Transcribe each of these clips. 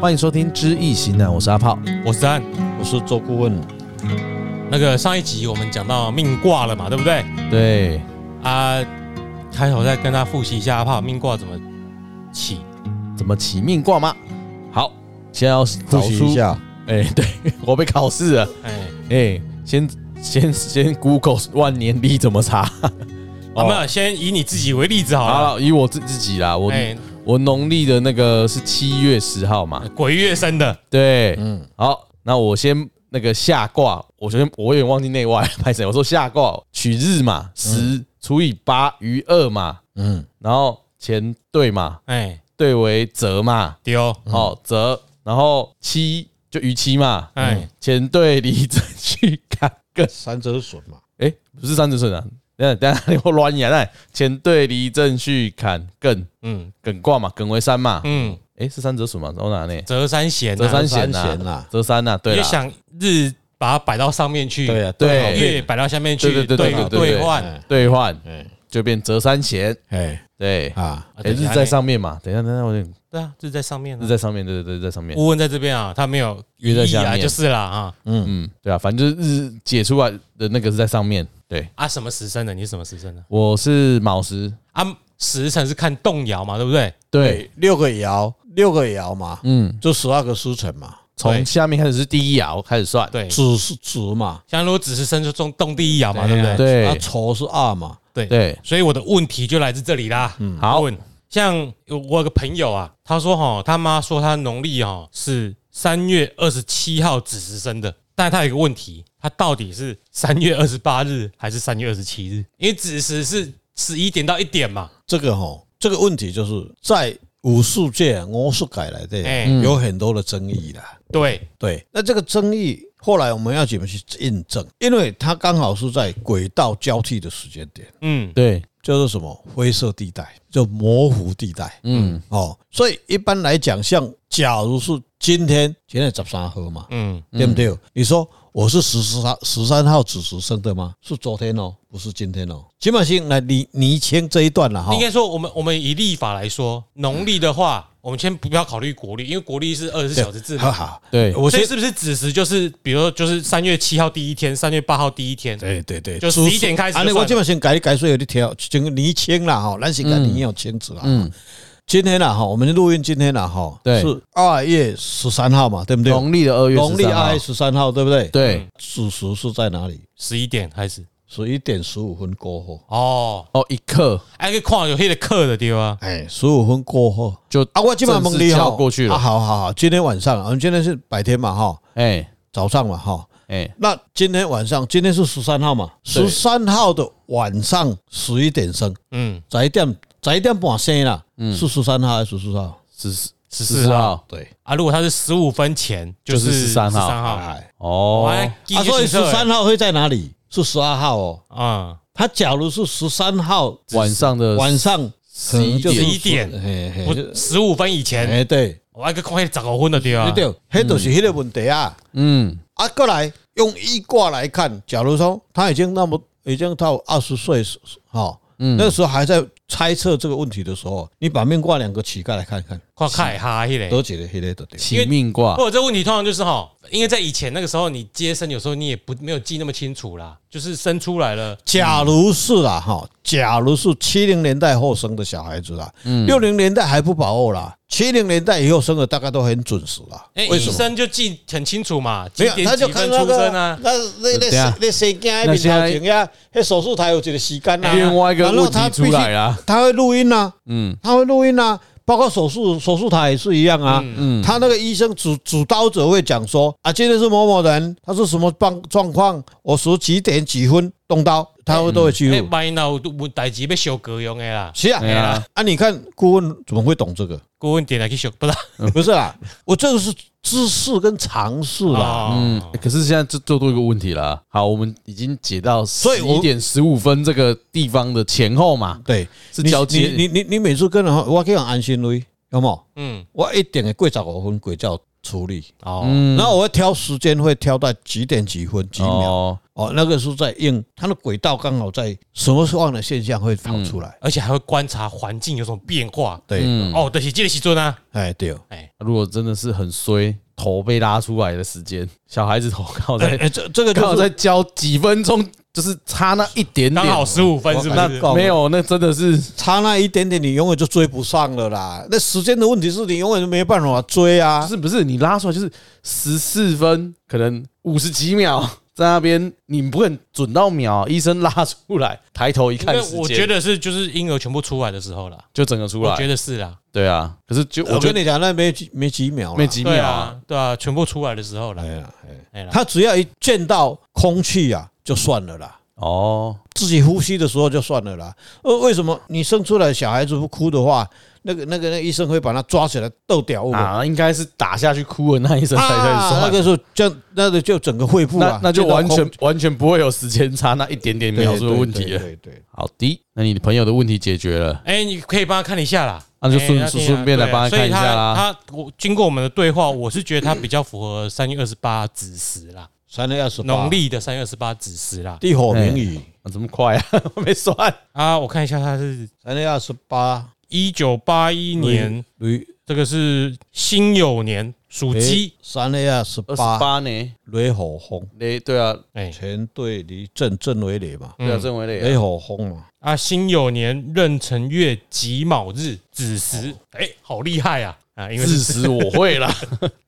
欢迎收听《知易行难》，我是阿炮，我是安。我是周顾问。那个上一集我们讲到命卦了嘛，对不对？对，啊，开头再跟他复习一下，怕命卦怎么起。怎么起命卦吗？好，先要复复习一。下，哎、对 我被考试了。哎、哎、先先先 Google 万年历怎么查？我们、先以你自己为例子好哦好了。了，以我自自己啦，我、哎、我农历的那个是七月十号嘛，鬼月生的，对，嗯，好，那我先那个下卦，我先我有点忘记内外， 拍谁？我说下卦取日嘛，十除以八余二嘛，嗯，然后前兑嘛，哎、兑为泽嘛，丢，好、泽，然后七就余七嘛，嗯哎、前兑离震去坎艮，三折损嘛，哎，不是三子顺啊，等一下等一下你我乱演哎，前兑离震去坎艮，嗯艮卦嘛，艮为山嘛，嗯，哎，是三折损嘛，然后哪呢？折三弦、啊，折三弦折三弦呐啊，折三呐，你对就啦，想日把它摆到上面去，对啊，对月摆到下面去，对对对对对对兑换。哎兑换哎就变折三弦，哎对。啊，啊哎、日在，上面嘛，等一下，等一下，我有点对啊，日在上面、日啊。在上面，对对对，日在上面。乌问在这边啊，他没有约在意义啊下面就是啦啊嗯，对啊，反正就是日解出来的那个是在上面。对，啊，什么时辰的？你是什么时辰的？我是卯时，啊，时辰是看动摇嘛，对不对？对，，六个爻，六个爻嘛，嗯，就十二个时辰嘛，从下面开始是第一爻开始算。，对，子是子嘛，像如果子时辰就中动第一爻嘛，对不对？对啊，丑是二嘛，对对所以我的问题就来自这里啦。嗯，好问像我有个朋友啊，他说哈，他妈说他农历哈是三月二十七号子时生的，但他有一个问题，他到底是三月二十八日还是三月二十七日？因为子时是十一点到一点嘛，这个哈，这个问题就是在武术界、魔术改来哎的嗯有很多的争议啦。对，对，那这个争议后来我们要怎么去印证？因为它刚好是在轨道交替的时间点，嗯，对，就是什么灰色地带，就模糊地带嗯哦。所以一般来讲，像假如是今天，今天十三号嘛，嗯，对不对？你说我是十三十三号子时生的吗？是昨天哦，不是今天哦。起码先来厘厘清这一段了哈应。该说我们我们以历法来说，农历的话，我们先不要考虑国历，因为国历是二十四小时制好嘛。好，对，我所以先是不是子时就是，比如说就是三月七号第一天，三月八号第一天，对对对，就11点开始就啊，算了那我基本先改改水有的条，整厘清了哈，咱是该你要清楚了。嗯，今天了哈，我们录音今天了哈，对是二月十三号嘛，对不对？农历的二月13号，农历二月十三号，嗯对不对？对，子时是在哪里？十一点开始。十一点十五分过后，哦，哦，一刻哎，去看有迄个课的对吧？哎，十五分过后就啊，我基本上正式蒙你跳哈过去啊，了。好好好，今天晚上，我们今天是白天嘛哈，哎早上嘛哈。哎，那今天晚上，今天是十三号嘛？对十三号的晚上十一点升，嗯，十一点十一点半升啦，嗯是十三号还是十四号？十四十14号，对，啊，如果他是十五分前，就就是是13号13号。哎，哦，哎，啊，所以十三号会在哪里？是十二号哦。啊，他假如是十三号晚上的晚上可能就是11点嘿嘿不十五分以前，哎对，我还去看迄十五分的对吧对？对，那就是那个问题啊。嗯啊，过来用易卦来看，假如说他已经那么已经到二十岁时，哈，嗯嗯那时候还在猜测这个问题的时候，你把命卦两个起开来看看，看凯哈迄个。多几个黑的都对。起命卦不，过这问题通常就是哈，因为在以前那个时候，你接生有时候你也不没有记那么清楚啦，就是生出来了，假如是啦，哈，假如是七零年代后生的小孩子啦，嗯六零年代还不把握啦，七零年代以后生的大概都很准时啦。哎，为什医么？生就记很清楚嘛，几没有，点他就几分看那出个生啊，那那对啊那那谁家那那面现在头前呀，那手术台有这个时间呐、啊，另外一个然后问题他必出须来啦，他会录音呐、啊嗯他会录音呐、包括手术手术台也是一样啊。嗯，他那个医生主主刀者会讲说啊，今天是某某人，他是什么状状况，我说几点几分动刀，他会都会记哎，录。万一那有有代志要修革用的啦，是对啊啊，啊，你看顾问怎么会懂这个？顾问点来去修，不是啊？嗯不是啦，我这个是知识跟常识啦。哦嗯，可是现在就做多一个问题啦。好，我们已经解到十所以我一点十五分这个地方的前后嘛，对，是交接。你你你你你每次跟人，我可以安心嘞，有冇？嗯，我一定会过十五分过照处理。哦，嗯然后我会挑时间，会挑在几点几分几秒。哦，哦，那个是在应它的轨道刚好在什么样的现象会跑出嗯来？而且还会观察环境有什么变化。对，哦，对，是这个时阵啊，哎对，哎，如果真的是很衰，头被拉出来的时间，小孩子头刚好哎 在哎，这这个刚好就是在教几分钟，就是差那一点点，哦刚好十五分是不那是？没有，那真的是差那一点点，你永远就追不上了啦。那时间的问题是你永远都没办法追不啊。是不是你拉出来就是十四分，可能五十几秒在那边，你不可能准到秒，医生拉出来，抬头一因看为时间，我觉得是就是婴儿全部出来的时候啦，就整个出我觉来，得是啦，对啊，可是就我我觉跟得你讲，那没几没几秒啦没几对秒啊，对啊，全部出来的时候啦哎，呀，哎哎啦，他只要一见到空气啊，就算了啦。哦，自己呼吸的时候就算了啦。呃，为什么你生出来小孩子不哭的话，那个那个那个医生会把他抓起来逗掉我们啊？啊，应该是打下去哭的那一声才开始那算。个时候这样，那个就整个恢复那啊，那就见到完空全完全不会有时间差那一点点对秒数的问题对了。对对，对好的，那你的朋友的问题解决了，哎，你可以帮他看一下啦，那就顺哎顺顺便来帮他看一下啦对啊所以他他我经过我们的对话，我是觉得他比较符合三月二十八子 时啦，三月二十八农历的三月二十八子时啦。地火明夷，啊、怎么快啊？ 我没算啊，我看一下，他是三月二十八一九八一嗯年，雷这个是辛酉年，属鸡。三月二十二十八八呢？雷火风，雷对啊，哎，全队离正正为雷嘛，对啊，嗯郑伟雷啊雷火风嘛，啊，辛酉年壬辰月己卯日子哦时，哎，好厉害啊！啊，因为自是食我会 啦。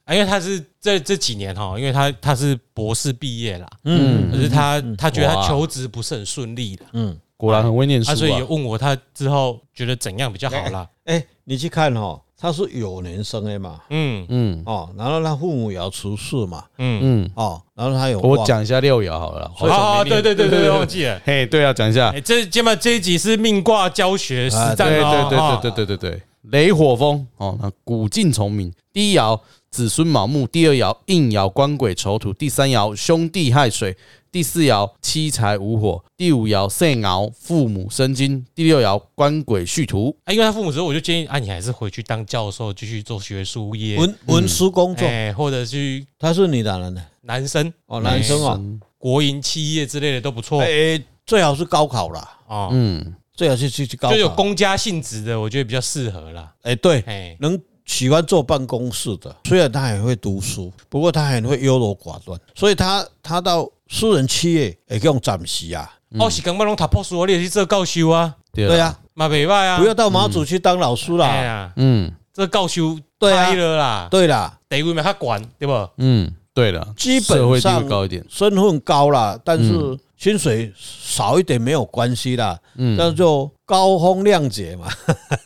啊，因为他是这这几年哈，因为他他是博士毕业啦，嗯可是他他觉得他哇求职不是很顺利的，嗯，果然很会念书啊，所以也啊。问我他之后觉得怎样比较好啦。哎，你去看哦，他是有年生的嘛，嗯嗯哦，然后他父母也要出世嘛，嗯，嗯，哦，然后他有我忘讲一下六爻好了啦。好好，好对对对对，忘记 了。嘿，对啊，讲一下。哎，这今晚这一集是命卦教学实啊战对哦，哈对对对对对对对，雷火风哦，那古劲从明。第一爻子孙卯木，第二爻应爻官鬼丑土，第三爻兄弟亥水，第四爻七财无火，第五爻肾爻父母生金，第六爻官鬼戌土。啊，因为他父母之后，我就建议啊，你还是回去当教授，继续做学术业，文文书工作，哎、或者去他是你哪人的？男生嗯哦，男生哦，国营企业之类的都不错哎，最好是高考啦，哦，嗯，最好是去去高考，就有公家性质的，我觉得比较适合啦。哎，对，哎、能喜欢坐办公室的，虽然他也会读书，不过他很会优柔寡断，所以他他到私人企业也用暂时啊，哦，是刚刚拢读博士，你也去做教授啊，对对了，啊，嘛袂歹啊，不要到马祖去当老师哎啦，呀，嗯这教授对啊太了啦，对啦，地位嘛较悬，对不？嗯，对了，基社会地本上位高一点。身份高啦，但是薪水少一点没有关系啦，嗯那就高风亮节嘛，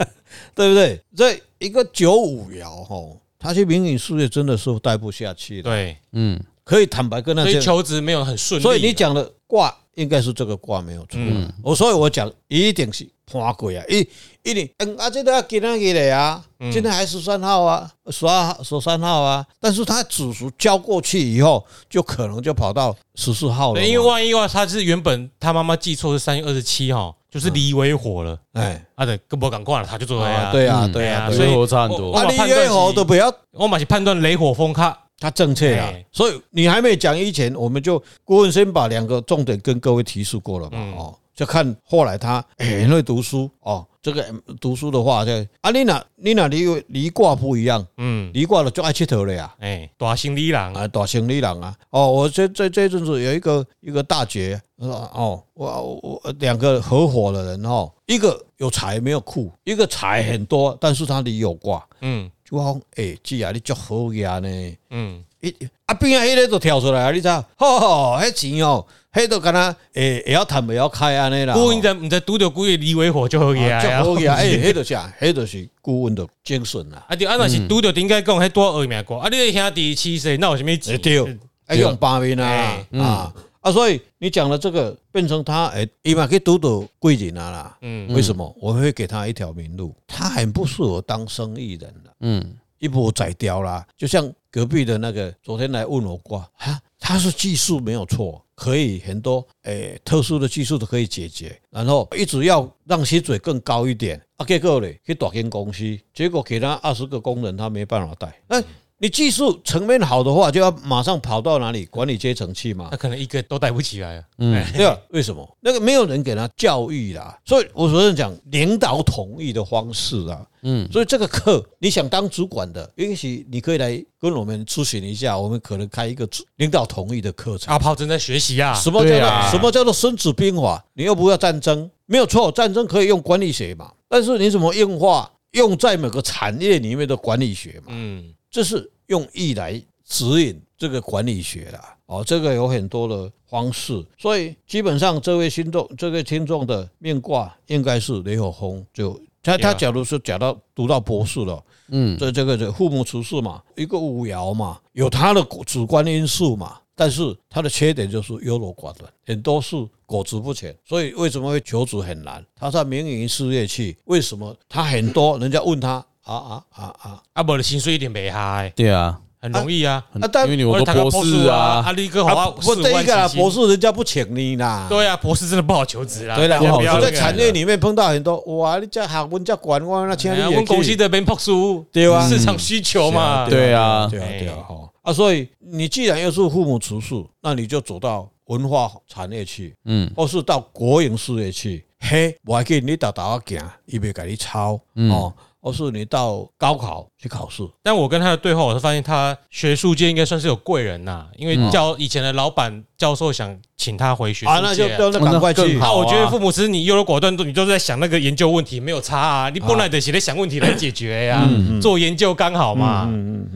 对不对？这一个九五爻吼，他去民营事业真的是待不下去的，对，嗯可以坦白跟他所以讲，求职没有很顺利。所以你，讲的卦应该是这个卦没有错。嗯，我所以我讲一定是盘鬼啊，一一定嗯啊，这个要今天日的啊，嗯今天还十三号啊，十二十三号啊，但是他子数交过去以后，就可能就跑到十四号了嘛。因为万一的话，他是原本他妈妈记错是三月二十七哈，就是离为火了，哎，啊，对，更不敢管了，他就做啊呀。对啊嗯对啊，哎呀对所以跟我差很我多。啊，我你判断越好是都不要我嘛是判断雷火风卡，他正确啊哎。所以你还没讲以前，我们就顾问先把两个重点跟各位提示过了嘛嗯，哦，就看后来他哎因为读书哦，这个嗯读书的话，就啊你哪你哪离离卦不一样，嗯，离卦了就爱切头了呀。哎，大心理人，啊，大生理人啊！哦，我这这这一阵子有一个一个大姐，她说哦，我我我两个合伙的人哦，一个有财没有库，一个财很多，但是他离有卦，嗯就讲哎，姐啊，你足好呀呢，嗯，一啊边啊迄个就跳出来啊，你知道？吼、吼，迄钱哦，迄都敢若欸会会晓趁袂晓开安尼啦。顾问在唔在拄着顾问离为火就好嘢啊，足啊好。个，哎，迄就是啊，迄就是顾问的精神啦。啊对，啊若嗯是拄着顶该讲迄多二命过，啊你的兄弟七岁，那有什么哎钱？对，哎用八面啊哎啊啊，所以你讲的这个变成他哎，伊嘛去堵堵贵人啊啦。嗯为什么我会给他一条明路？他很不适合当生意人了，嗯，一步宰掉啦。就像隔壁的那个，昨天来问我卦啊，他是技术没有错，可以很多诶特殊的技术都可以解决，然后一直要让薪水更高一点啊。结果嘞，去大间公司，结果给他二十个工人，他没办法带。哎，你技术层面好的话，就要马上跑到哪里管理阶层去嘛他。可能一个都带不起来啊。嗯 对啊，为什么？那个没有人给他教育啦，所以我昨天讲领导统一的方式啊，嗯，所以这个课你想当主管的，也许你可以来跟我们咨询一下，我们可能开一个主领导统一的课程。阿炮正在学习啊，什么叫对做、啊什么叫做孙子兵法？你又不要战争，没有错，战争可以用管理学嘛，但是你怎么用化用在某个产业里面的管理学嘛？嗯，这是用意来指引这个管理学啦。哦，这个有很多的方式，所以基本上这位听众，这位听众的命卦应该是雷火风，就他他 Yeah 假如是讲到读到博士了，嗯，这这个这父母出世嘛，一个五爻嘛，有他的主观因素嘛，但是他的缺点就是优柔寡断，很多事裹足不前，所以为什么会求职很难？他在民营事业去，为什么他很多人家问他啊啊啊啊，阿伯的薪水一点没哈，对啊，很容易啊。很啊但因为你我的个博士啊，啊，阿力哥好啊啊，不，这一个啦，博。士人家不请你啦。对啊，博士真的不好求职啦。对啦，大家不我好不要求职我在那个产业里面碰到很多，哇，你这学问这管我那请哎你呀也问公司去。的边朴素，对啊市场需求嘛。对啊对啊，哎对啊，哈啊，所以你既然又是父母厨师，那你就走到文化产业去，嗯或是到国营事业去。嘿，我还给你打打行，伊袂给你抄、嗯哦，或是你到高考去考试，但我跟他的对话，我是发现他学术界应该算是有贵人呐，因为教以前的老板教授想请他回学术界嗯啊，那就那那赶快更去好那啊我觉得父母是你优柔寡断，你都在想那个研究问题，没有差啊。你本来得写在想问题来解决呀、嗯做研究刚好嘛。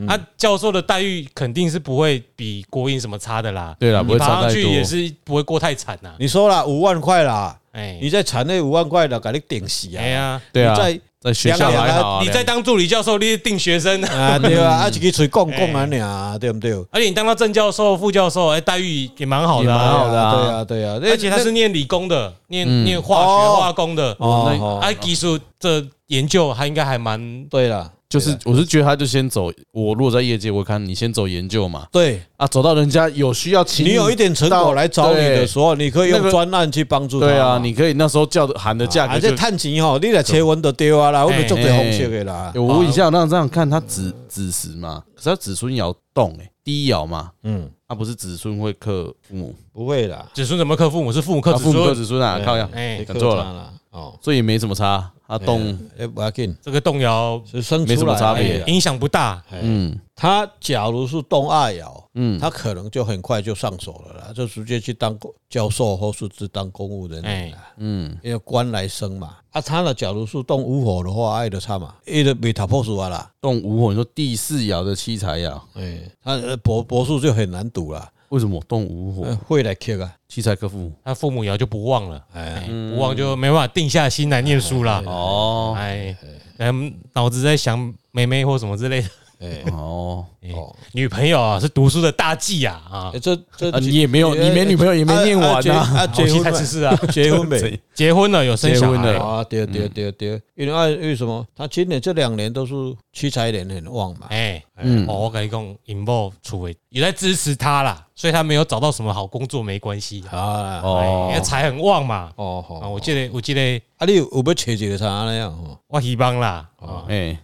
啊，教授的待遇肯定是不会比国营什么差的啦。对啦不你会差爬上太去多也是不会过太惨呐。你说了五万块啦，哎你，在产内五万块的，给你顶死啊！哎呀，对啊你，在在学校还好啊，你在当助理教授，你是定学生啊。啊，对啊，啊，一个嘴讲讲啊，你啊，哎对不对？哦而且你当到正教授、副教授，哎，待遇也蛮好的、也蛮啊。好的啊对啊，对啊，而且他是念理工的，念、嗯念化哦学化工的，哦那啊，技术这研究他应该还蛮对了，就是我是觉得他就先走，我如果在业界，我看你先走研究嘛，对啊，走到人家有需要请你有一点成到果来找你的时候，你可以那用个专案去帮助他嘛。对啊，你可以那时候叫的喊的价啊，格就这探钱吼，你来切文就对啊啦，我们做点哎红色的啦欸。我问一下，那这样看他子子时嘛，可是他子孙爻动哎、欸，第一爻嘛，嗯，他、不是子孙会克父母，不会啦，子孙怎么克父母？是父母克啊，子父母克孙。子孙啊，对靠呀，哎，讲错了了哦。所以也没什么差，他动，哎，不要紧，这个动摇哎是生没什出么来差别而已啦影响不大。哎嗯他假如是动哦二爻，嗯，他可能就很快就上手了啦，就直接去当公教授或是去当公务人员啦。嗯因为官来生嘛。啊，他呢，假如是动五火的话，爱的差嘛，伊就没打破数啊啦。动无火，你说第四爻的七财爻，哎，他呃博博数就很难赌啦，为什么动无火呃，会来 K 啊。七财克父母？他父母爻就不忘了，哎，哎嗯不忘就没办法定下心来念书啦。哦哎，嗯，脑子在想妹妹或什么之类的。哎，哦，哎哦，女朋友啊，是读书的大忌啊啊！哎这这啊，你也没有，哎你没女朋友也没念完 结啊，啊，我结现婚在只没？是啊，结婚没？ 结婚了有生结小婚了孩，哦啊，对对对对，因为啊为什么他今年这两年都是七财年很旺嘛？哎，嗯哦，我跟你讲，involve 楚伟也在支持他啦，所以他没有找到什么好工作没关系，啊，哦哎因为哦，财很旺嘛。哦啊，好，我记得我记得啊，你有有要找一个啥那样？哦我希望啦，啊，哎，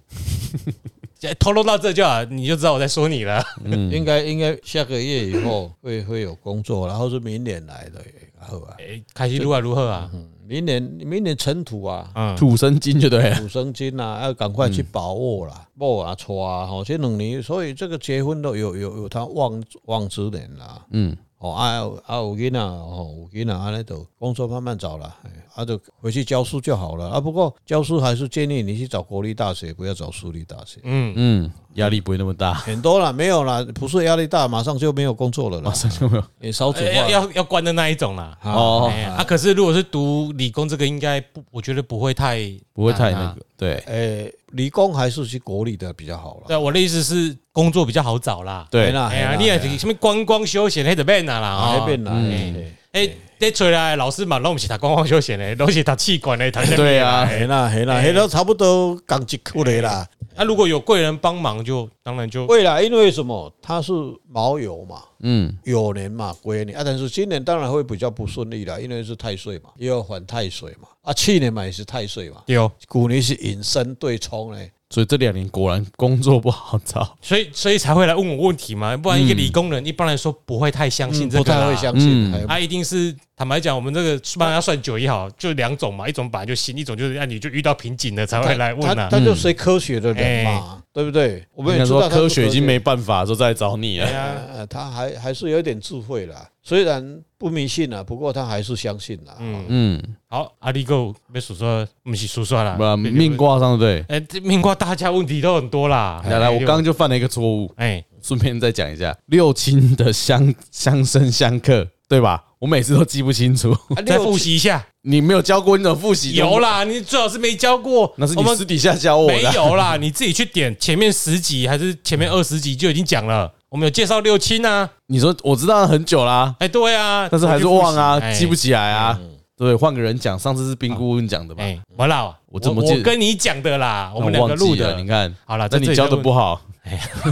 透露到这就好，你就知道我在说你了。嗯，应该应该下个月以后会会有工作，然后是明年来的，然后啊，哎，开心如何如何啊？明年明年尘土 啊，嗯，土生金就对了，土生金啊，要赶快去嗯把握啦，把握啊，错啊，吼，这两年，所以这个结婚都有有有他旺旺之年啦，嗯，哦啊有啊有囡仔哦有囡仔安尼就工作慢慢找啦，哎啊就回去教书就好了啊。不过教书还是建议你去找国立大学，不要找私立大学。嗯，嗯，啊压力不会那么大，很多啦，没有啦，不是压力大，马上就没有工作了啦马，上就没有也少子哎要化要要关的那一种啦。啊哦，哎啊，可是如果是读理工这个，应该不，我觉得不会太不会太难那啊个，。对诶，理工还是去国立的比较好对啊，了。我的意思是工作比较好找啦。对嘿，啦，哎呀，你嘿啦也是什么观光休闲那得变啦啦啊！那边哎啦，嗯嘿嘿哎，得出来的老师嘛，拢不是读观光休闲的，拢是读气管的，读什么的对啊哎嘿啦，嘿啦，嘿啦，差不多讲一句的啦。啊，如果有贵人帮忙，就当然就未来因为什么？它是卯酉嘛，嗯酉年嘛，癸年啊，但是今年当然会比较不顺利啦，因为是太岁嘛，哦也有反太岁嘛，啊，去年嘛也是太岁嘛，丢古年是引申对冲嘞，所以这两年果然工作不好找。所以所以才会来问我问题嘛，不然一个理工人一般来说不会太相信这嗯不个太啦啊会。相嗯，信还他一定是坦白讲，我们这个帮他算九一好，就两种嘛，一种本来就新，一种就是啊那你就遇到瓶颈了才会来问他啊。哎他就随科学的人嘛，对不对？我我们也知道嗯说他是科学已经没办法说再找你哎了。呃，他还还是有点智慧啦，虽然不迷信啦，不过他还是相信啦。嗯，嗯，好，阿力哥被数说，不是数啊算啦，不然命瓜，挂上对。哎，这命卦大家问题都很多啦。来来，我刚刚就犯了一个错误，哎，顺便再讲一下哎六亲的相相生相克，对吧？我每次都记不清楚。啊再六复亲习一下，你没有教过，你怎么复习？有，啦，你最好是没教过，那是我你们私底下教我没的。啊有啦，你自己去点前面十集还是前面二十集就已经讲了，我们有介绍六亲啊，你说我知道很久啦，哎，对啊，但是还是忘我去复啊，习记不。起来啊。对，换个人讲，上次是冰姑问讲的吧？哎，哎完了，我怎么记我得跟你讲的啦，我们那两个忘记录了的你。看，好了，那你教的不好，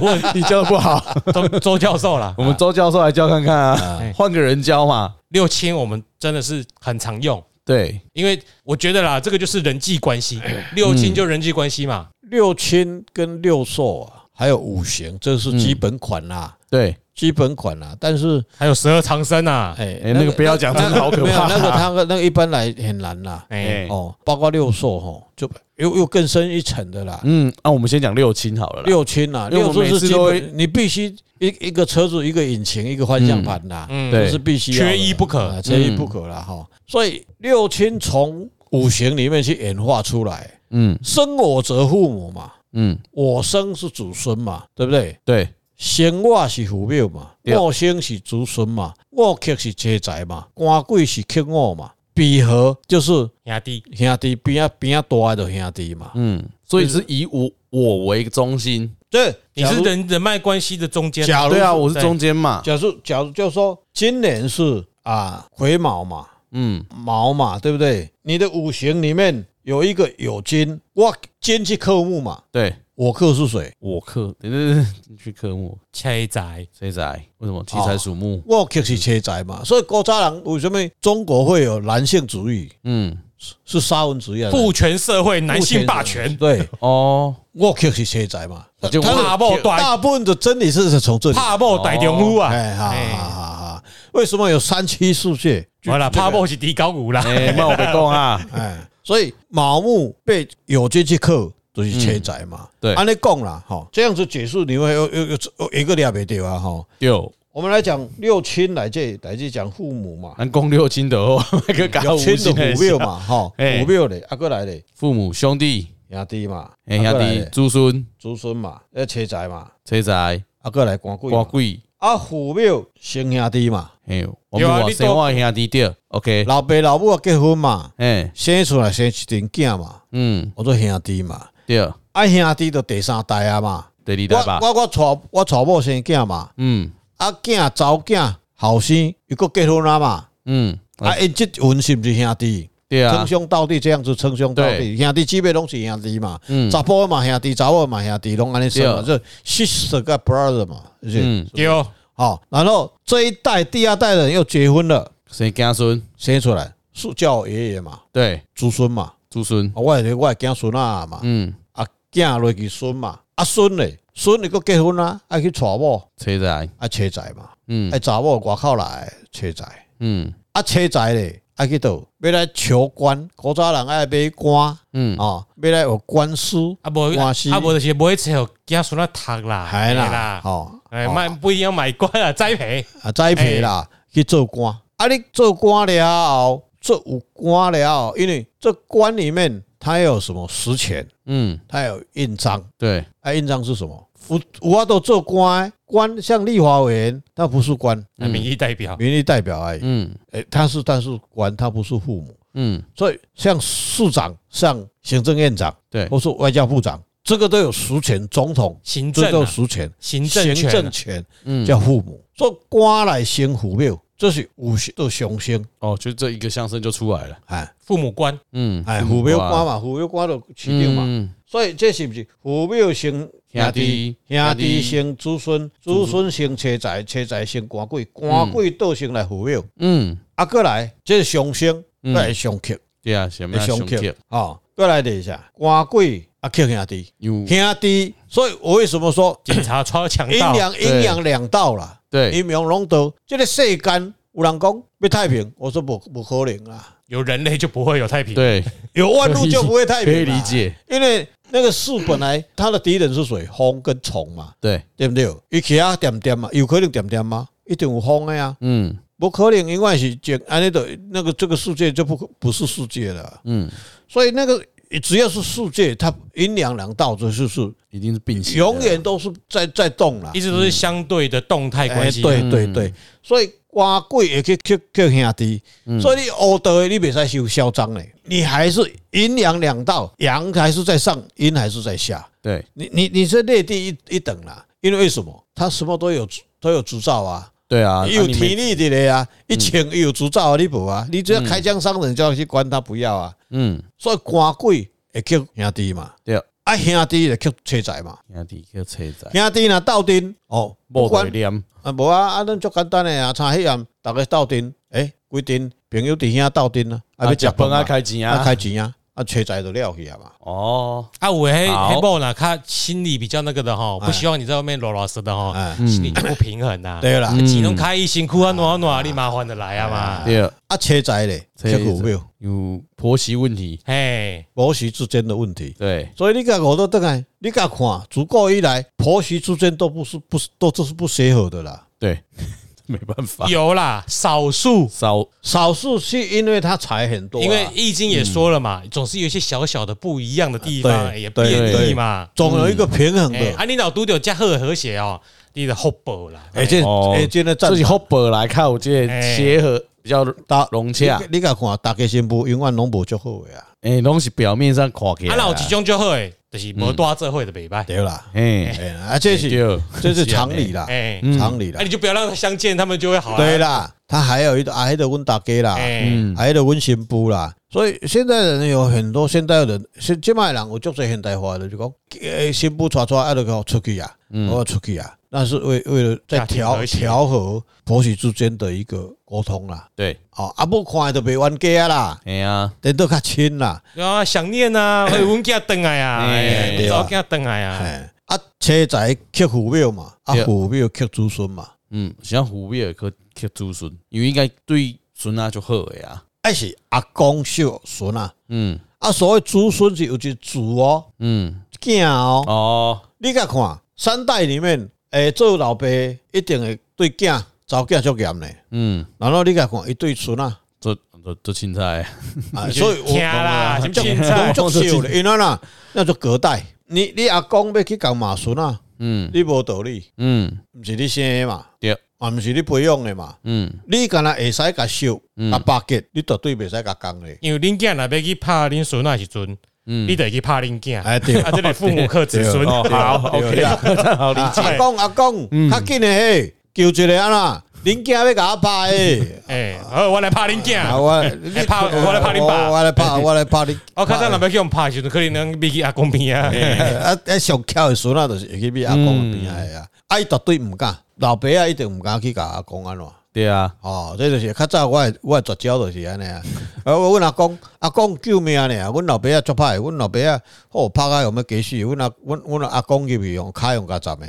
问 你教的不好，周周教授啦， 我们周教授来教看看啊 哎，换个人教嘛。六亲我们真的是很常用，对，因为我觉得啦，这个就是人际关系，六嗯亲就人际关系嘛。六亲跟六兽啊，还有五行，这是嗯基本款啦，对，基本款啦。但是还有十二长生啊，哎哎，那个不要讲，真的好可没有怕。啊那个他那个一般来很难啦。哎哎，哦，包括六兽哈，就又又更深一层的啦。嗯，那我们先讲六亲好了啦。六亲啊，因为我六们兽每次是基都会本，你必须一一个车子一个引擎一个方向盘啦。嗯对这是必须要的缺一不可嗯啊缺一不可了哈。所以六亲从五行里面去演化出来，嗯生我则父母嘛，嗯，我生是祖孙嘛，对不对？对，生我是父母嘛，对我生是祖孙嘛，我克是车财嘛，官贵是克我嘛，比和就是兄弟，兄弟边啊边啊大的兄弟嘛。嗯，所以是以我我为中心。对，你是人人脉关系的中间，假如对啊，我是中间嘛。假如假如就说今年是啊癸卯嘛，嗯，毛嘛，对不对？你的五行里面有一个酉金，我金去克木嘛，对，我克是水，我克，对对对，你去克木，切宅，谁哦宅？为什么七财属木？我克是车宅嘛。所以古早人为什么中国会有男性主义，嗯，是沙文主义啊？父权社会，男性霸父权，对，哦，我克是车宅嘛。就他怕某大大部分的真理是从这里。怕某大丈夫啊，哎，哈哈哎，哈哈！为什么有三妻四妾？完了，怕某是低高五啦，哎，那我别讲啊，哎，所以卯木被有金去克，就是车宅嗯嘛。对按你讲啦，哈，这样子解释你会又又又又一个了不对啊，哈。 六，我们来讲六亲来这来这讲父 母嘛，咱讲六亲的哦， 那个搞有五亲的行的父母嘛，吼，嘿父母嘞，啊过来嘞，父母兄弟，兄弟嘛，哎，啊兄过来弟嘞，子孙，子孙嘛，要车仔嘛，谁宅？啊过来官贵嘛官，贵，啊父母生兄弟嘛，哎，我有们啊话你生都我的兄弟啊对，OK，老爸老母啊结婚嘛，哎，生出来生一顶囝嘛，嗯，我做兄弟嘛，对，啊兄弟就第三代啊嘛，第二代吧，我我我娶我娶某生囝嘛，嗯啊囝查某囝后生又个结婚啊嘛，嗯，啊啊因这婚是不是兄弟？对啊称，兄道弟这样子称兄道弟，对兄弟姊妹拢是兄弟嘛，嗯查甫的嘛兄弟，查某的嘛兄弟，拢安尼说嘛，对这 sister 跟 brother 嘛，是嗯，对哦，好。然后这一代第二代人又结婚了，生子孙，生出来是叫我爷爷嘛，对，祖孙嘛，子孙，啊我的我的囝孙啊嘛，嗯，啊囝落去孙嘛，啊孙嘞，孙你个结婚啊，爱去娶某，谁宅？啊娶仔嘛，嗯爱查某外口来娶仔，嗯啊娶仔嘞，爱去倒，要来求官，古早人爱买官嗯，哦，要来有官司。啊无关系啊无就是无一切互子孙仔读啦，系嘿啦，吼，哎，哦卖不一样买官啊，栽培，啊栽培啦，哎去做官。啊，你做官了后，做有官了后，因为这官里面它有什么实权，嗯，它有印章。对，啊，印章是什么？我我都做官的，官像立法委员，他不是官，啊民意代表，嗯民意代表而已。嗯哎，他是他是官，他不是父母。嗯，所以像市长、像行政院长对，或是外交部长，这个都有实权，总统行这政都有啊实权。行政行权政啊，权嗯，叫父母，做官来生父母，这是五行的雄星，哦，就这一个相声就出来了，哎父母 官，嗯，哎，嗯父母哇官嘛，父母官就起定嘛，嗯所以这是不是父母生兄兄弟弟，兄兄弟弟生子孙，嗯子孙生车财，车财生官贵，官贵倒生来父母，嗯，啊，过来这是雄星，嗯再来上克，对啊，前面嗯上胸克贴，啊，再来等一下，官贵啊，克兄弟，有兄弟，所以我为什么说警察超强阴盗，阳阴阳两道啦？对，阴阳两道，这个世间有人讲要太平，我说不不可能啊啦，有人类就不会有太平。对， 有万物就不会太可平啊啦，以理解，因为那个树本来它的敌人是水、风跟虫嘛，对，对不对？伊起啊点点嘛，有可能点点吗？一定有风的呀、啊，嗯不可能永远是简安尼的，那个这个世界就不不是世界了。嗯，所以那个只要是世界，它阴阳两道就是是一定是并行的，永远都是在在动啦哎一。直都是相对的动态关系。对对对，所以官贵也去去去兄弟，嗯所以你黑道的你别再修嚣张嘞，你还是阴阳两道，阳还是在上，阴还是在下。对，你你你是内地一一等啦，因为为什么？他什么都有都有执照啊，对啊，嗯有啊你没体力的嘞啊，一请有执照啊，你不啊？你只要开枪伤人就要去关他，不要啊。嗯，所以官贵会克兄弟嘛，对，啊兄弟会克车仔嘛，兄弟叫车仔，兄弟若斗阵哦，不无管对念，啊无啊，啊咱足简单诶啊，像迄样逐个斗阵，诶，规阵朋友弟兄斗阵啊，啊要食饭饭啊，啊，开钱啊啊，开钱啊，啊车仔就了去啊嘛。哦，啊，我黑好黑豹呢，他心里比较那个的哈，哎不希望你在外面啰啰嗦的哈，哎，嗯心里不平衡呐。对嗯啦，只能开一辛苦啊，暖暖你麻烦的来啊嘛。对，啊车仔咧，车克股票，有婆媳问题，哎嘿，婆媳之间的问题。对，所以你甲我都等来，你甲看，自古以来婆媳之间都不是不是都都是不协和的啦。对， 没办法，有啦，少数。少少数是因为他财很多啊、因为易经也说了嘛，总是有一些小小的不一样的地方，嗯对也对变异嘛。总有一个平衡的。哎，啊，你老拄着加和和谐哦，你的 hope 啦。哎而且哦而且呢，哎这自己后本来看，我这个协和哎比较大融洽，你甲看，大家新妇永远拢无足好的啊，诶，哎拢是表面上看起啊，来，那有一种就好诶，就是无大社会的袂歹。嗯对啦。诶，哎，啊，这是对， 这是常理啦，哎，嗯常理那啦你。就不要让他相见，他们就会好。啊对，啦，他还有一个挨着阮大家啦，哎，嗯，挨着阮新妇啦。所以现在人有很多现代人，现即卖人有足侪现代化的，就讲，诶，新妇娶娶，啊，就讲出去啊，嗯我要出去啊。那是为为了在家庭调和谐调和婆媳之间的一个沟通啦。对，哦，啊，不看就袂冤家啦，哎呀，等到较亲啦。然后想念啊，哎，阮囝等来啊， 哎哎对啊早囝等来啊，哎，啊，车仔克父母嘛，啊对，父母克子孙嘛，嗯，像虎尾去去子孙，因为应该对孙啊就好诶啊，啊是阿公孝孙啊。嗯啊，所谓子孙是有一个子哦，嗯，囝哦。哦，你甲看三代里面，诶，做老爸一定会对囝、查某囝足严嘞。嗯，然后你甲看伊对孙啊，做做做青菜， 啊，所以啊听啦，什么 青菜我足少的，因为啦，那就隔代。你你阿公要去讲骂孙啊，嗯你无道理，嗯，毋是你生的嘛，对，嘛毋是你培养的嘛。嗯你敢若会使甲收啊巴结，你绝对袂使甲讲的。因为恁囝若要去拍恁孙那时阵，嗯，你得去拍恁囝，哎，对啊，这里父母克子孙，哦好对，OK 啦好 理啊解，阿公阿嗯公，较紧的嘿，求一个啊啦，恁囝要甲我拍 诶。哎，好，我来拍恁啊，囝，我你拍我来拍你爸哦我我 。来拍，我来拍你我看到若要去用拍的时阵，可能能比去阿公边啊，哎 啊啊！上巧的孙啊，就是会去比阿嗯公的边仔的啊，啊，伊绝对毋敢，老爸啊一定毋敢去甲阿公安怎。对啊，哦，这就是较早我的我的绝招就是安 尼啊。啊，我阮阿公阿公救命呢，阮老爸啊足歹，阮老爸啊哦拍啊用要急死，阮阿阮阮阿公入去用骹用甲 斩的。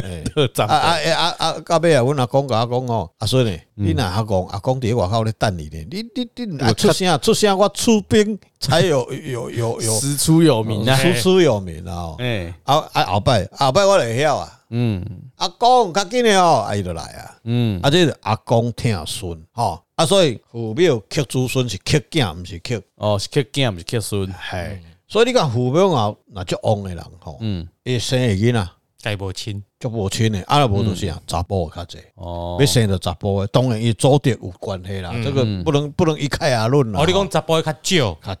哎啊啊啊啊啊！到尾啊，阮阿公甲我讲哦，阿孙呢，你若阿公阿公伫外口咧等你呢，你你你啊出声出声，我出兵才有 有有有师出有名啊，出师有名啊！哦哎，啊啊后摆后摆我就会晓啊，嗯阿公较紧诶哦，啊伊就来啊，嗯，啊这是阿公疼孙吼，啊所以父母克子孙是克囝，毋是克，哦，是克囝不是克孙，嘿，所以你看父母啊，若足旺诶人吼，嗯伊生诶囡仔该无亲，足无亲诶，啊若无就是啊查甫较济。哦嗯要，生着查甫诶，当然伊祖德有关系啦，这个不能不能一概而论啦。哦，你讲查甫的较少，吼较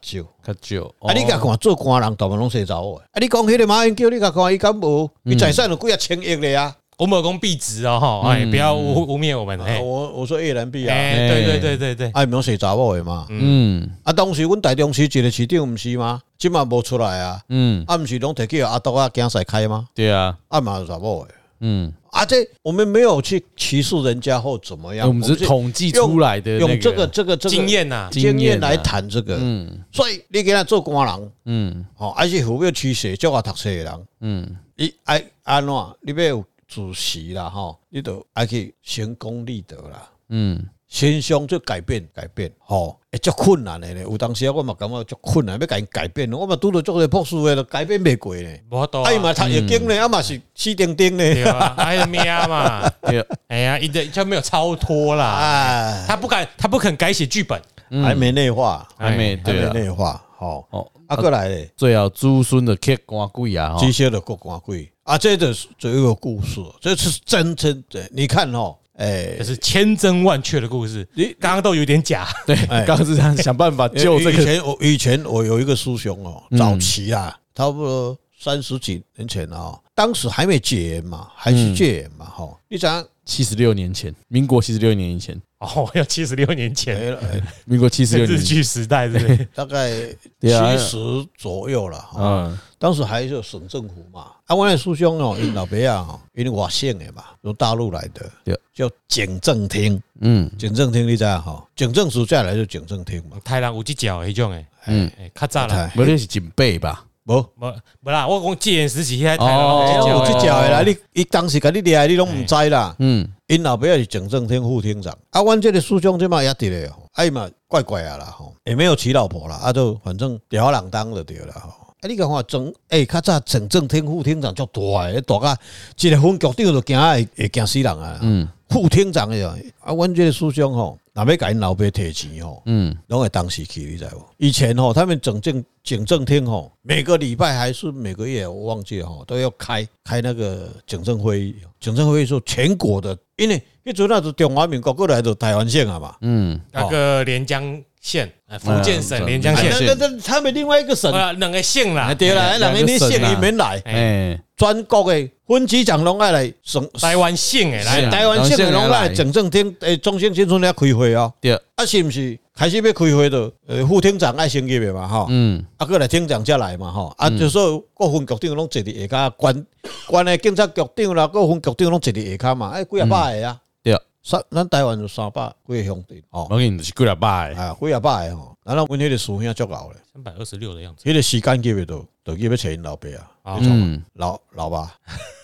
较少，少，哦啊你甲看做官人大部分拢生查某诶，啊你讲迄个马英九，你甲看伊敢无？嗯伊财产有几啊千亿咧啊！我们有讲币值哦，吼，哎，不要污污蔑我们，啊哎，我我说越南币嗯啊，哎，对对对对对，啊，毋用是查某的嘛。嗯啊，当时阮台中市一个市长毋是吗？即嘛无出来啊，嗯，啊，毋是拢摕去给阿斗啊，囝婿开吗？对啊，啊嘛有查某的，嗯啊，这我们没有去歧视人家或怎么样，哎我们只是统计出来的那啊用这个这个这个经验呐，经经验验啊来谈这个。嗯所以你给他做官人，嗯哦，还是有要取舍，叫我读册的人，嗯，伊爱安怎，你要有自私啦，吼，你都爱去行功立德啦。嗯，先想就改变，改变，吼、会足困难的咧。有当时啊我嘛感觉足困难，要甲因改变，我嘛拄着足个朴素的，都改变袂过咧。无多哦啊，伊嘛读易经嗯咧，啊嘛是死钉钉咧。对啊，哎呀喵嘛，对，哎呀，一直就没有超脱啦，哎，他不敢，他不肯改写剧本，还没内化，还没哎还对没啊，内化，吼、嗯哦，啊，过来咧，最后子孙的克官贵啊，这哦些的国官贵啊，这就是只有一个故事，这是真真的。你看吼，哎 这，是千真万确的故事。你刚刚都有点假， 对，哎刚刚是想想办法救这以个，嗯前我以前我有一个师兄哦，早期啊，差不多三十几年前啊、哦，当时还没戒严嘛，还是戒严嘛，哈、你想七十六年前，民国七十六年以前，哦，要七十六年前没了、 哎民国七十六年日以前，剧时代，对不对？大概对啊七十左右了哈、嗯当时还是省政府嘛，啊，我那师兄哦，因老爸啊、哦，因为外省的嘛，从大陆来的对，叫警政厅，嗯警政厅你知道哈，警政署再来就警政厅嘛，太郎哦有只脚迄种诶，嗯，哎，较早啦，哎不那是警备吧？无。无无啦，我讲戒严时期，迄太哦郎有哦有去这只食脚的诶，啦，你伊当时甲你掠的，你拢毋知啦。嗯因老爸是警政厅副厅长，啊，阮这个师兄即嘛也伫咧，吼，哎嘛怪怪啊啦吼，也没有娶老婆啦，啊就反正吊儿郎当就对啦吼。啊，你讲看整，哎，较早警政厅副厅长足大诶，大甲一个分局长就惊会会惊死人啊。嗯副厅长诶，啊，阮这个师兄吼，若要甲因老爸摕钱吼，嗯，拢会当时去，你知无？以前吼，他们警政警政厅吼，每个礼拜还是每个月，我忘记了吼，都要开开那个警政会议。警政会议说全国的，因为迄阵那是中华民国过来的台湾县啊嘛，嗯那个连江县，哎福建省嗯连江两县县，啊那那哎那他们另外一个省，啊，两个县啦啊，对啦，两两个个你省啊县里面来，哎，全国的分局长拢爱来省，台湾县诶，是来啊台湾县的拢两县爱来来警政厅诶，哎中心新村要开会哦。对，啊，是不是开始要开会的？呃，副厅长爱先入的嘛，吼。嗯啊，过来厅长才来嘛吼，啊，就说各分局长拢坐伫下骹，关 关的警察局长啦，各分局长拢坐伫下骹嘛，哎，几啊百个啊，对啊三咱台湾有三百几个乡镇吼，我给你是几两百的，啊，几啊百个吼，然后阮迄个师兄足牛咧，三百二十六的样子。迄个时间计袂到，就计要找因老爸啊啊，嗯老老爸，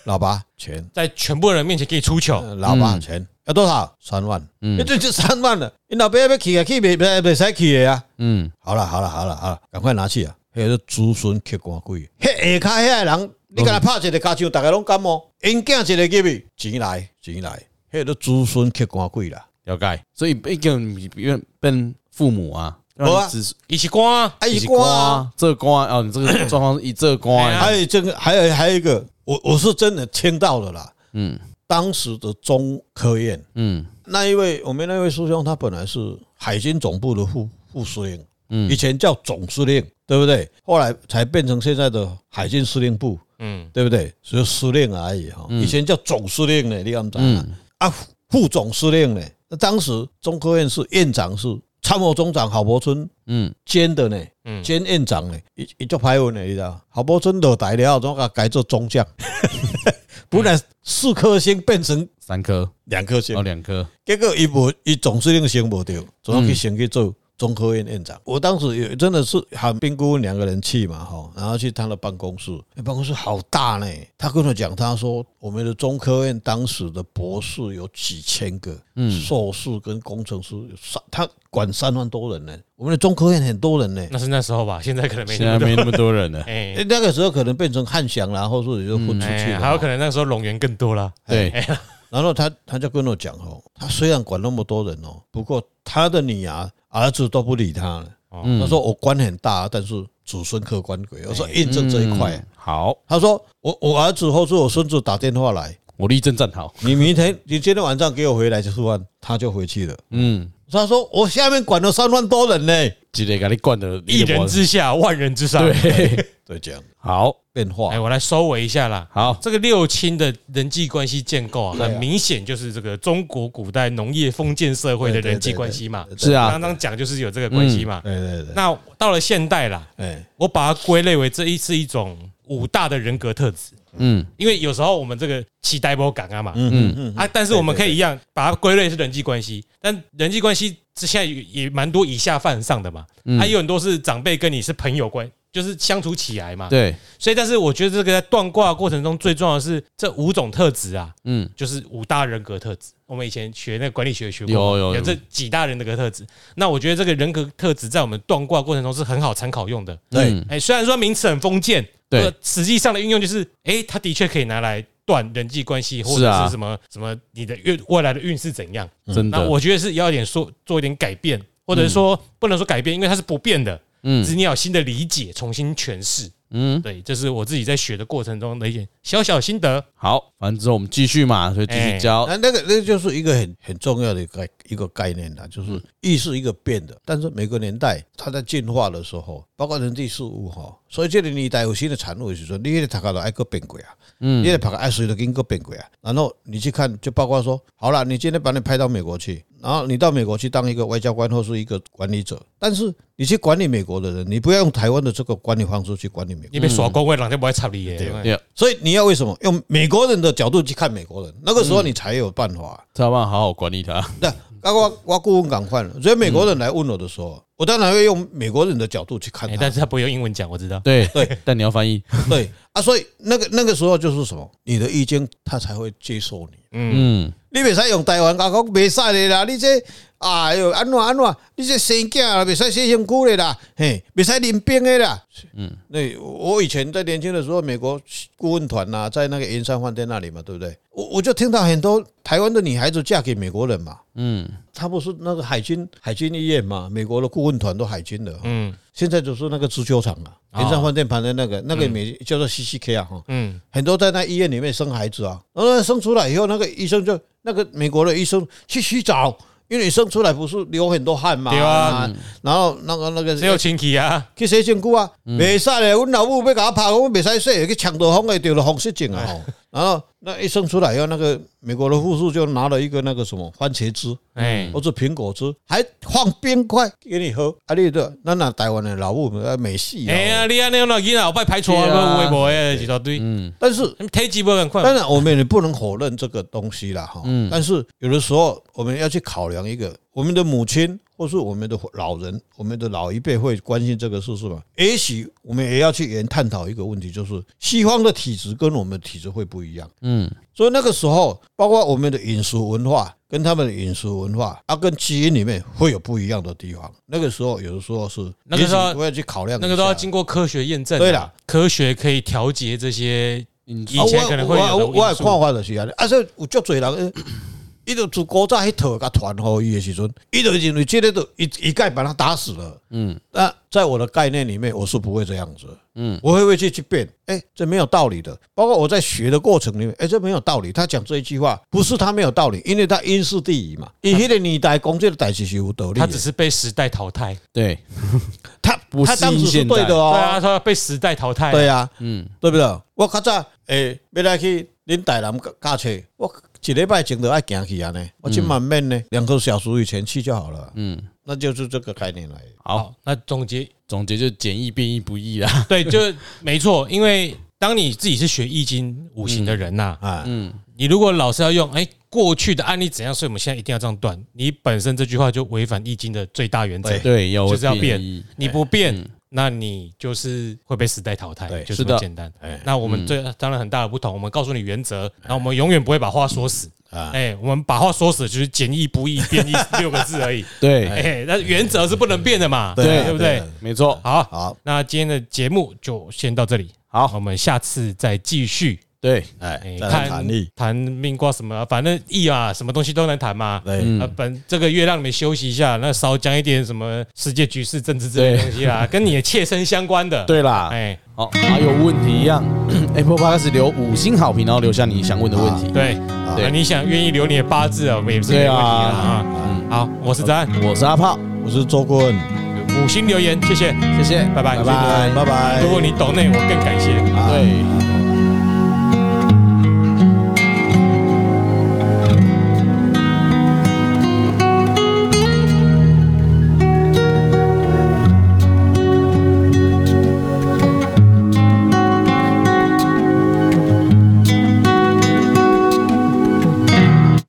老爸钱，在全部人面前给你出糗，呃老爸嗯钱要多少？三万，一嗯阵就三万了，因老爸要去啊，去袂袂袂使去的啊。嗯，好了好了好了好了，赶快拿去啊！迄个子孙吸光鬼，迄下骹遐个人，你甲他拍一个卡枪，逐个拢感冒，因囝一个入去，钱来钱来，迄个子孙吸光鬼啦！了解。所以毕竟变变父母啊，没啊让你子一起光啊，啊伊是官啊，啊，这官啊哦，你这个状况是以这官啊，哎呀还有这个，还有还有一个，我我是真的听到了啦。嗯当时的中科院嗯那一位，我们那位师兄，他本来是海军总部的副副司令，以嗯前叫总司令，对不对？后来才变成现在的海军司令部，嗯，对不对？只有司令而已哈，以前叫总司令呢，你敢不知道啊？嗯啊，副副总司令呢？那当时中科院是院长是参谋总长郝柏村嗯兼的呢，嗯兼院长呢，一一做排文呢，你知道？郝柏村落台了，后，给他改做中将， 本来四颗星变成三颗两颗星哦，，两颗，结果伊无伊总司令升无着，总要去升去做中科院院长。我当时也真的是喊兵顾问两个人去嘛，哈，然后去他的办公室，那办公室好大呢。他跟我讲，他说我们的中科院当时的博士有几千个，嗯，硕士跟工程师有三，他管三万多人呢。我们的中科院很多人呢。那是那时候吧，现在可能没现在那么多。，没那么多人了哎诶那个时候可能变成汉翔啊啦，或者是就混出去哎，了，还有可能那时候龙源更多啦。对，然后他他就跟我讲哦，他虽然管那么多人哦，不过他的女儿儿子都不理他了。嗯他说我官很大，但是子孙克官鬼。我说印证这一块嗯。好，他说我我儿子或是我孙子打电话来，我立正站好，你明天你今天晚上给我回来吃饭，他就回去了。嗯，他说我下面管了三万多人呢，直接给你灌的一人之下，万人之上。 对，对，这样好变化哎，。我来收尾一下啦。好，这个六亲的人际关系建构啊，对啊很明显就是这个中国古代农业封建社会的人际关系嘛。是啊刚，刚讲就是嗯有这个关系嘛。对对对，那到了现代啦，哎，我把它归类为这一是一种五大的人格特质，嗯因为有时候我们这个期待波感啊嘛，嗯嗯啊，但是我们可以一样把它归类是人际关系，但人际关系之现在也也蛮多以下犯上的嘛，啊嗯还有很多是长辈跟你是朋友关，就是相处起来嘛。对，所以，但是我觉得这个在断卦的过程中最重要的是这五种特质啊，嗯就是五大人格特质。我们以前学那个管理学学过，有有有有这几大人格特质。那我觉得这个人格特质在我们断卦过程中是很好参考用的。对嗯哎，虽然说名词很封建，对呃，实际上的运用就是，哎，它的确可以拿来断人际关系或是者啊嗯是什么什么你的运未来的运势怎样。真那的，我觉得是要一点说做一点改变，或者说不能说改变，因为它是不变的，只嗯是你要有新的理解，重新诠释。嗯，对，这是我自己在学的过程中的一点小小心得。好，反正之后我们继续嘛，所以继续哎教，那那个那就是一个很很重要的一个概一个概念啦，就是意识一个变的，但是每个年代它在进化的时候，包括人际事物哈，所以这个年代有新的产物的时候，你那个读到爱个变鬼啊，你那个读到爱水都跟个变鬼啊，然后你去看，就包括说，好了，你今天把你派到美国去，然后你到美国去当一个外交官或是一个管理者，但是你去管理美国的人，你不要用台湾的这个管理方式去管理美国。你被耍光，我两天不会插你耶。哎对所以你要为什么用美国人的角度去看美国人？那个时候你才有办法、啊他们好好管理他， 那啊，我我顾问赶快了，所以美国人来问我的时候，我当然会用美国人的角度去看哎他。但是他不会用英文讲，我知道。对对，但你要翻译，对啊，所以那个那个时候就是什么，你的意见他才会接受你。嗯，你袂使用台湾话讲，袂使的啦！你这哎哟，安怎安怎？你这生囝啦，袂使洗身躯的啦，嘿，袂使啉冰的啦。嗯，那我以前在年轻的时候，美国顾问团呐、在那个盐山饭店那里嘛，对不对？我我就听到很多台湾的女孩子嫁给美国人嘛，嗯，他不是那个海军海军医院嘛，美国的顾问团都海军的，嗯现在就是那个足球场啊，盐山饭店旁边那个那个美叫做 CCK 啊，哈，嗯，很多在那医院里面生孩子啊，然后生出来以后，那个医生就那个美国的医生去洗澡，因为你生出来不是流很多汗嘛，对啊，然后那个那嗯个只有嗯亲戚啊。去洗身躯啊，袂使嘞，阮老母要甲我拍，我袂使洗，去抢到风会着了风湿症啊吼。哎然后那一生出来以后，那个美国的护士就拿了一个那个什么番茄汁，嗯哎，或者苹果汁，还放冰块给你喝。啊，你的咱那台湾的老母美系哎呀，啊，你啊，那那囡仔，我拜排除啊，对啊微博诶，一大堆，嗯 但是体质不很快。当然，我们也不能否认这个东西啦，哈。嗯但是有的时候我们要去考量一个，我们的母亲或是我们的老人，我们的老一辈会关心这个事是吧？也许我们也要去研探讨一个问题，就是西方的体质跟我们的体质会不一样。嗯，所以那个时候，包括我们的饮食文化跟他们的饮食文化啊，跟基因里面会有不一样的地方。那个时候，有的时候是那个时候也许我要去考量一下，那个都要经过科学验证啊。对啦科学可以调节这些嗯以前可能会有啊的我我我因的素看法就是安尼，啊，所以有足侪人，呃 伊就自古早迄套甲传互伊的时阵，伊就认为这个就一一概把他打死了。嗯，那在我的概念里面，我是不会这样子。嗯，我会会去去变，哎，这没有道理的。包括我在学的过程里面，哎，这没有道理。他讲这一句话，不是他没有道理，因为他因势利移嘛。以迄个年代讲这个代志是有道理他的，只是被时代淘汰。对，他不他适当应时是现代对的对哦啊，，他被时代淘汰。对啊，嗯对不对？我较早诶，要来去恁台南驾车，我一礼拜前都爱行去啊呢，我今晚免呢，两个小时以前去就好了。嗯，那就是这个概念来的。好，好，那总结总结就简易变易不易 啦，对，就是没错，因为当你自己是学易经五行的人呐、啊，你如果老是要用哎、过去的案例怎样，所以我们现在一定要这样断，你本身这句话就违反易经的最大原则对，对，要就是要变易，你不变。那你就是会被时代淘汰，对就是这的么简单。那我们最当然很大的不同，我们告诉你原则，然后我们永远不会把话说死。哎，我们把话说死就是简易不易变易六个字而已。对，哎，那原则是不能变的嘛，对对不对？没错，好，好，那今天的节目就先到这里。好我们下次再继续对，哎哎，再来谈力，谈命卦什么，反正易啊，什么东西都能谈嘛。嗯对，啊，本这个月让你们休息一下，那少讲一点什么世界局势、政治之类的对东西啦，跟你的切身相关的。，对啦，哎，好，还有问题一样 ，Apple Podcast 留五星好评，然后留下你想问的问题。对，对那你想愿意留你的八字啊，我们也是没啊问对题啊啦啊。好，我是子安，我是阿炮，我是周顾问，五星留言，谢谢。谢谢，拜拜拜拜，拜拜。哎如果你懂内，我更感谢。对。